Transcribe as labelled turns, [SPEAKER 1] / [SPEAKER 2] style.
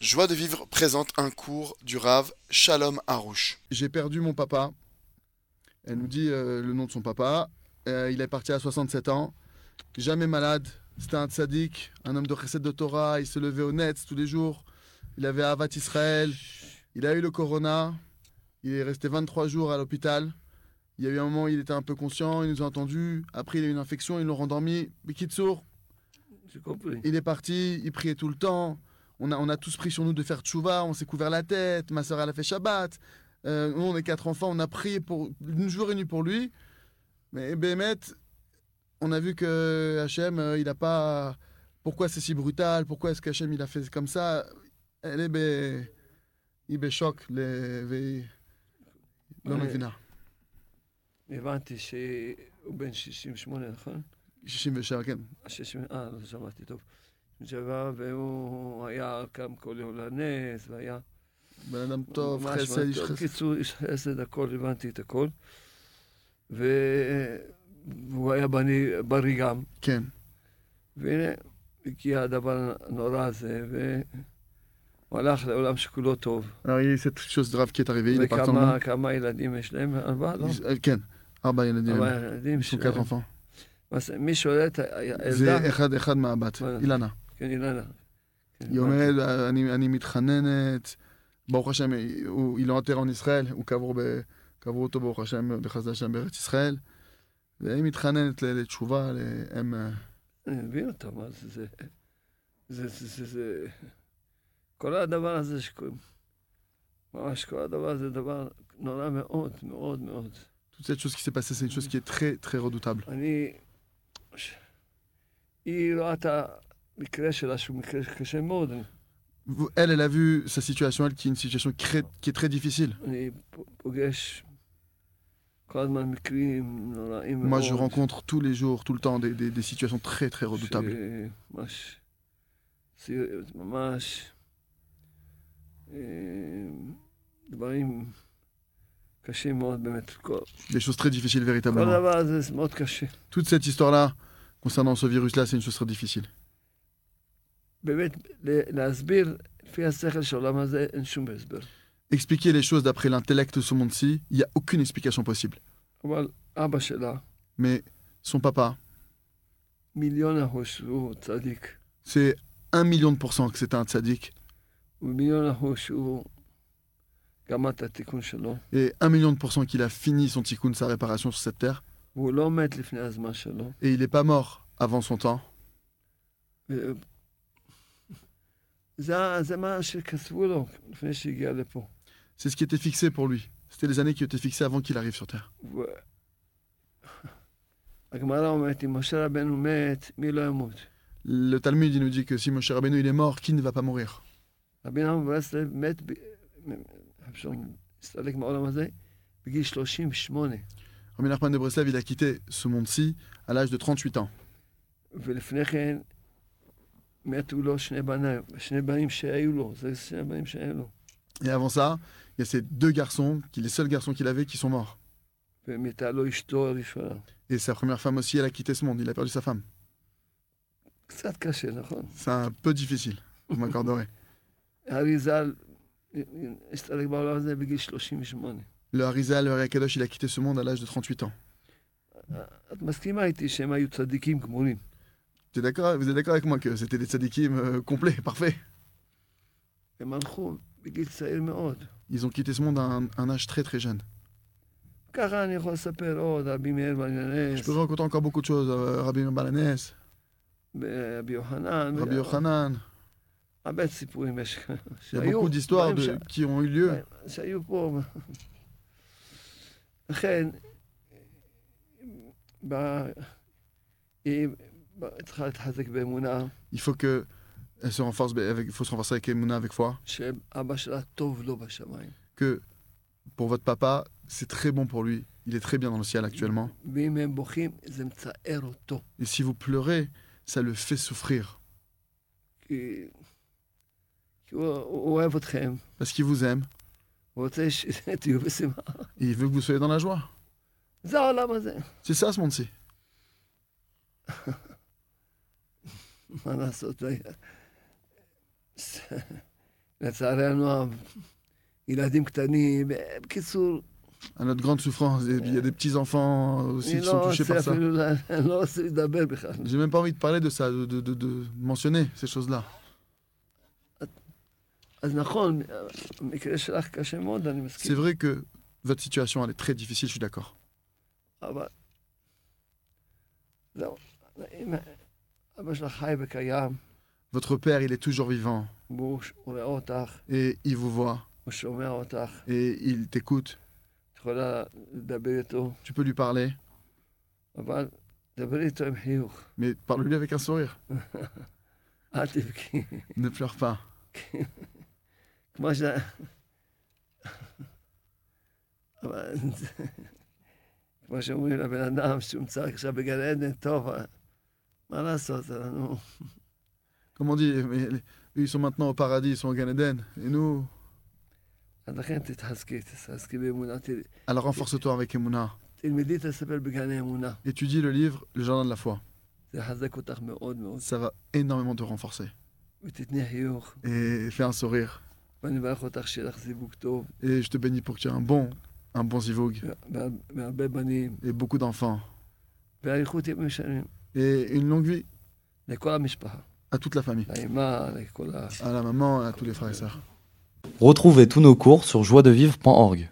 [SPEAKER 1] Joie de vivre présente un cours du Rave Shalom Harouche.
[SPEAKER 2] J'ai perdu mon papa. Elle nous dit euh, le nom de son papa. Euh, il est parti à 67 ans. Jamais malade. C'était un tzaddik, un homme de recette de Torah. Il se levait au net tous les jours. Il avait Avat Israël. Il a eu le corona. Il est resté 23 jours à l'hôpital. Il y a eu un moment où il était un peu conscient. Il nous a entendus. Après, il a eu une infection. Ils l'ont rendormi. Mais Kitsour,
[SPEAKER 3] J'ai compris.
[SPEAKER 2] il est parti, il priait tout le temps. On a, on a tous pris sur nous de faire tchouva, on s'est couvert la tête. Ma soeur, elle a fait Shabbat. Euh, nous, on est quatre enfants, on a prié pour, une jour et nuit pour lui. Mais Bémet, on a vu que Hachem, euh, il a pas. Pourquoi c'est si brutal Pourquoi est-ce qu'Hachem, il a fait comme ça Elle est. bé- Il est choc, les. vé- לא
[SPEAKER 3] Ouais.
[SPEAKER 2] מבינה.
[SPEAKER 3] הבנתי שהוא בן 68, נכון?
[SPEAKER 2] 67, כן.
[SPEAKER 3] 60, אה, לא שמעתי טוב. שבא והוא היה קם כל יום לנס, והיה...
[SPEAKER 2] בן אדם טוב,
[SPEAKER 3] ממש
[SPEAKER 2] חסד,
[SPEAKER 3] ממש
[SPEAKER 2] איש
[SPEAKER 3] טוב.
[SPEAKER 2] חסד.
[SPEAKER 3] בקיצור, איש חסד, הכל, הבנתי את הכל. ו- והוא היה בני- בריא גם.
[SPEAKER 2] כן.
[SPEAKER 3] והנה, הגיע הדבר הנורא הזה, והוא הלך לעולם שכולו טוב.
[SPEAKER 2] Alors, il y a eu cette chose grave qui est arrivée, il est parti en
[SPEAKER 3] וכמה
[SPEAKER 2] Allemagne.
[SPEAKER 3] כמה ילדים יש להם? ארבעה, לא?
[SPEAKER 2] Euh, כן, ארבע ילדים.
[SPEAKER 3] ארבעה ילדים.
[SPEAKER 2] יש לו
[SPEAKER 3] ש-
[SPEAKER 2] quatre enfants.
[SPEAKER 3] מה זה, מי שולט? ה- הילדה?
[SPEAKER 2] זה אחד אחד מהבת,
[SPEAKER 3] וואלה.
[SPEAKER 2] אילנה.
[SPEAKER 3] כן, אילנה. כן,
[SPEAKER 2] היא אומרת, אני, אני מתחננת, ברוך השם, הוא, היא לא יותר עם ישראל, הוא קבור, ב, קברו אותו ברוך השם בחסדי השם בארץ ישראל. והיא מתחננת ל- לתשובה, הם...
[SPEAKER 3] אני מבין אותה, מה זה, זה, זה, זה, זה, זה, כל הדבר הזה שקוראים, ממש כל הדבר הזה דבר נורא מאוד, מאוד מאוד.
[SPEAKER 2] Toute cette chose qui s'est passée, c'est une chose qui est très très redoutable.
[SPEAKER 3] אני, ש... היא רואה את המקרה שלה, שהוא מקרה קשה מאוד, אני,
[SPEAKER 2] Vous- Elle, elle a vu sa situation, elle, qui est une situation cré- qui est très difficile.
[SPEAKER 3] אני פ- פוגש כל הזמן מקרים נוראים
[SPEAKER 2] Moi,
[SPEAKER 3] מאוד.
[SPEAKER 2] je rencontre tous les jours, tout le temps, des, des- des situations très très redoutables.
[SPEAKER 3] שממש, ס- ממש אה, דברים קשים מאוד באמת. כל
[SPEAKER 2] Des choses très difficiles,
[SPEAKER 3] כל
[SPEAKER 2] véritablement.
[SPEAKER 3] הדבר הזה זה מאוד קשה.
[SPEAKER 2] Toute cette histoire-là, concernant ce virus-là, c'est une chose très difficile.
[SPEAKER 3] באמת, ל- להסביר לפי השכל של העולם הזה אין שום הסבר.
[SPEAKER 2] Expliquer les choses d'après l'intellect de ce monde-ci, il n'y a aucune explication possible.
[SPEAKER 3] אבל אבא שלה,
[SPEAKER 2] Mais son papa,
[SPEAKER 3] מיליון אחוז שהוא צדיק,
[SPEAKER 2] c'est un million de pourcents que c'était un tzaddik.
[SPEAKER 3] ומיליון אחוז שהוא גמר את התיקון שלו,
[SPEAKER 2] Et un million de pourcents qu'il a fini son tikkun, sa réparation sur cette terre.
[SPEAKER 3] והוא לא מת לפני הזמן שלו.
[SPEAKER 2] Et il n'est pas mort avant son temps.
[SPEAKER 3] ו- זה, ה- זה מה שכתבו לו לפני שהגיע לפה.
[SPEAKER 2] C'est ce qui était fixé pour lui. C'était les années qui étaient fixées avant qu'il arrive sur terre.
[SPEAKER 3] ו... הגמרא אומרת, אם משה רבנו מת, מי לא ימות?
[SPEAKER 2] Le Talmud, il nous dit que si Moshe Rabbeinu, il est mort, qui ne va pas mourir
[SPEAKER 3] רבי נחמן ברסלב מת, ב... אפשר להסתלק מהעולם הזה, בגיל 38.
[SPEAKER 2] Rabbi Nachman de Breslev, il a quitté ce monde-ci à l'âge de 38 ans.
[SPEAKER 3] ולפני כן מתו לו שני בנים, שני בנים שהיו לו, זה שני בנים שהיו לו.
[SPEAKER 2] Et avant ça, il y a ces deux garçons, qui les seuls garçons qu'il avait, qui sont morts.
[SPEAKER 3] ומתה לו אשתו הראשונה.
[SPEAKER 2] Et sa première femme aussi, elle a quitté ce monde. Il a perdu sa femme.
[SPEAKER 3] קצת קשה, נכון?
[SPEAKER 2] C'est un peu difficile, vous m'accorderez.
[SPEAKER 3] הארי ז"ל אה, הסתלק בעולם הזה בגיל 38.
[SPEAKER 2] Le Harizal, le Harakadosh, il a quitté ce monde à l'âge de 38 ans.
[SPEAKER 3] את מסכימה איתי שהם היו צדיקים גמורים.
[SPEAKER 2] T'es d'accord, vous êtes d'accord avec moi que c'était des tzadikim euh, complets, parfaits
[SPEAKER 3] הם הלכו בגיל צעיר מאוד.
[SPEAKER 2] Ils ont quitté ce monde à un, un âge très très jeune.
[SPEAKER 3] ככה אני יכול לספר עוד, רבי מאיר
[SPEAKER 2] Je peux
[SPEAKER 3] בעניינס,
[SPEAKER 2] vous raconter encore beaucoup de choses. euh, Rabbi Balanes,
[SPEAKER 3] רבי יוחנן,
[SPEAKER 2] Rabbi Yochanan,
[SPEAKER 3] הרבה סיפורים יש כאן.
[SPEAKER 2] il y a
[SPEAKER 3] שהיו,
[SPEAKER 2] beaucoup d'histoires de-
[SPEAKER 3] דברים
[SPEAKER 2] qui ont eu lieu.
[SPEAKER 3] ש- שהיו פה. לכן, ב- היא ב- צריכה להתחזק באמונה
[SPEAKER 2] Il faut que elle se renforce ben, avec, il faut se renforcer avec Emouna, avec foi.
[SPEAKER 3] שאבא שלה טוב לו בשמיים.
[SPEAKER 2] Que pour votre papa, c'est très bon pour lui. Il est très bien dans le ciel actuellement.
[SPEAKER 3] ואם הם בוכים, זה מצער אותו.
[SPEAKER 2] Et si vous pleurez, ça le fait souffrir
[SPEAKER 3] כי, כי הוא, הוא אוהב אתכם,
[SPEAKER 2] parce qu'il vous aime
[SPEAKER 3] הוא רוצה שתהיו בשמחה.
[SPEAKER 2] et il veut que vous soyez dans la joie.
[SPEAKER 3] זה העולם הזה.
[SPEAKER 2] C'est ça ce monde-ci.
[SPEAKER 3] מה לעשות? לצערנו הרב, ילדים קטנים, אה, בקיצור,
[SPEAKER 2] À notre grande souffrance, et puis il y a des petits-enfants aussi qui
[SPEAKER 3] אני
[SPEAKER 2] sont
[SPEAKER 3] לא
[SPEAKER 2] touchés
[SPEAKER 3] רוצה
[SPEAKER 2] par ça.
[SPEAKER 3] אפילו, לה- אני לא רוצה לדבר בכלל.
[SPEAKER 2] J'ai même pas envie de parler de ça, de, de- de- de mentionner ces choses-là.
[SPEAKER 3] אז נכון, המקרה שלך קשה מאוד, אני
[SPEAKER 2] C'est
[SPEAKER 3] מסכים,
[SPEAKER 2] vrai que votre situation, elle est très difficile, je suis d'accord.
[SPEAKER 3] אבל... זהו, אם אבא שלך חי וקיים,
[SPEAKER 2] Votre père, il est toujours vivant,
[SPEAKER 3] והוא ש- הוא רואה אותך,
[SPEAKER 2] et il vous voit,
[SPEAKER 3] הוא שומע אותך,
[SPEAKER 2] et il t'écoute.
[SPEAKER 3] את יכולה לדבר איתו,
[SPEAKER 2] Tu peux lui parler,
[SPEAKER 3] אבל דברי איתו עם חיוך,
[SPEAKER 2] mais parle-lui avec un sourire.
[SPEAKER 3] אל תבכי.
[SPEAKER 2] Ne pleure pas.
[SPEAKER 3] כמו ש... אבל זה- כמו שאומרים לבן אדם שהומצא עכשיו בגן עדן, טוב, אה, מה לעשות, אנחנו...
[SPEAKER 2] Comme on dit, mais les- eux, ils sont maintenant au paradis, ils sont au Gan Eden, et nous...
[SPEAKER 3] אז לכן תתחזקי, תתחזקי באמונה, ת-
[SPEAKER 2] Alors renforce-toi avec Emouna.
[SPEAKER 3] תלמדי את הספר בגן האמונה.
[SPEAKER 2] Étudie le livre Le Jardin de la Foi.
[SPEAKER 3] זה יחזק אותך מאוד מאוד,
[SPEAKER 2] Ça va énormément te renforcer.
[SPEAKER 3] ותתני חיוך,
[SPEAKER 2] Et fais un sourire.
[SPEAKER 3] ואני מברך אותך שיהיה לך זיווג טוב,
[SPEAKER 2] Et je te bénis pour que tu aies un bon, un bon zivoug.
[SPEAKER 3] וה- והרבה בנים,
[SPEAKER 2] Et beaucoup d'enfants.
[SPEAKER 3] ואריכות ימים שנים,
[SPEAKER 2] Et une longue vie
[SPEAKER 3] לכל המשפחה,
[SPEAKER 2] à toute la famille.
[SPEAKER 3] לאמא, לכל ה...
[SPEAKER 2] À la maman et à tous les frères et sœurs.
[SPEAKER 4] Retrouvez tous nos cours sur joiedevivre.org.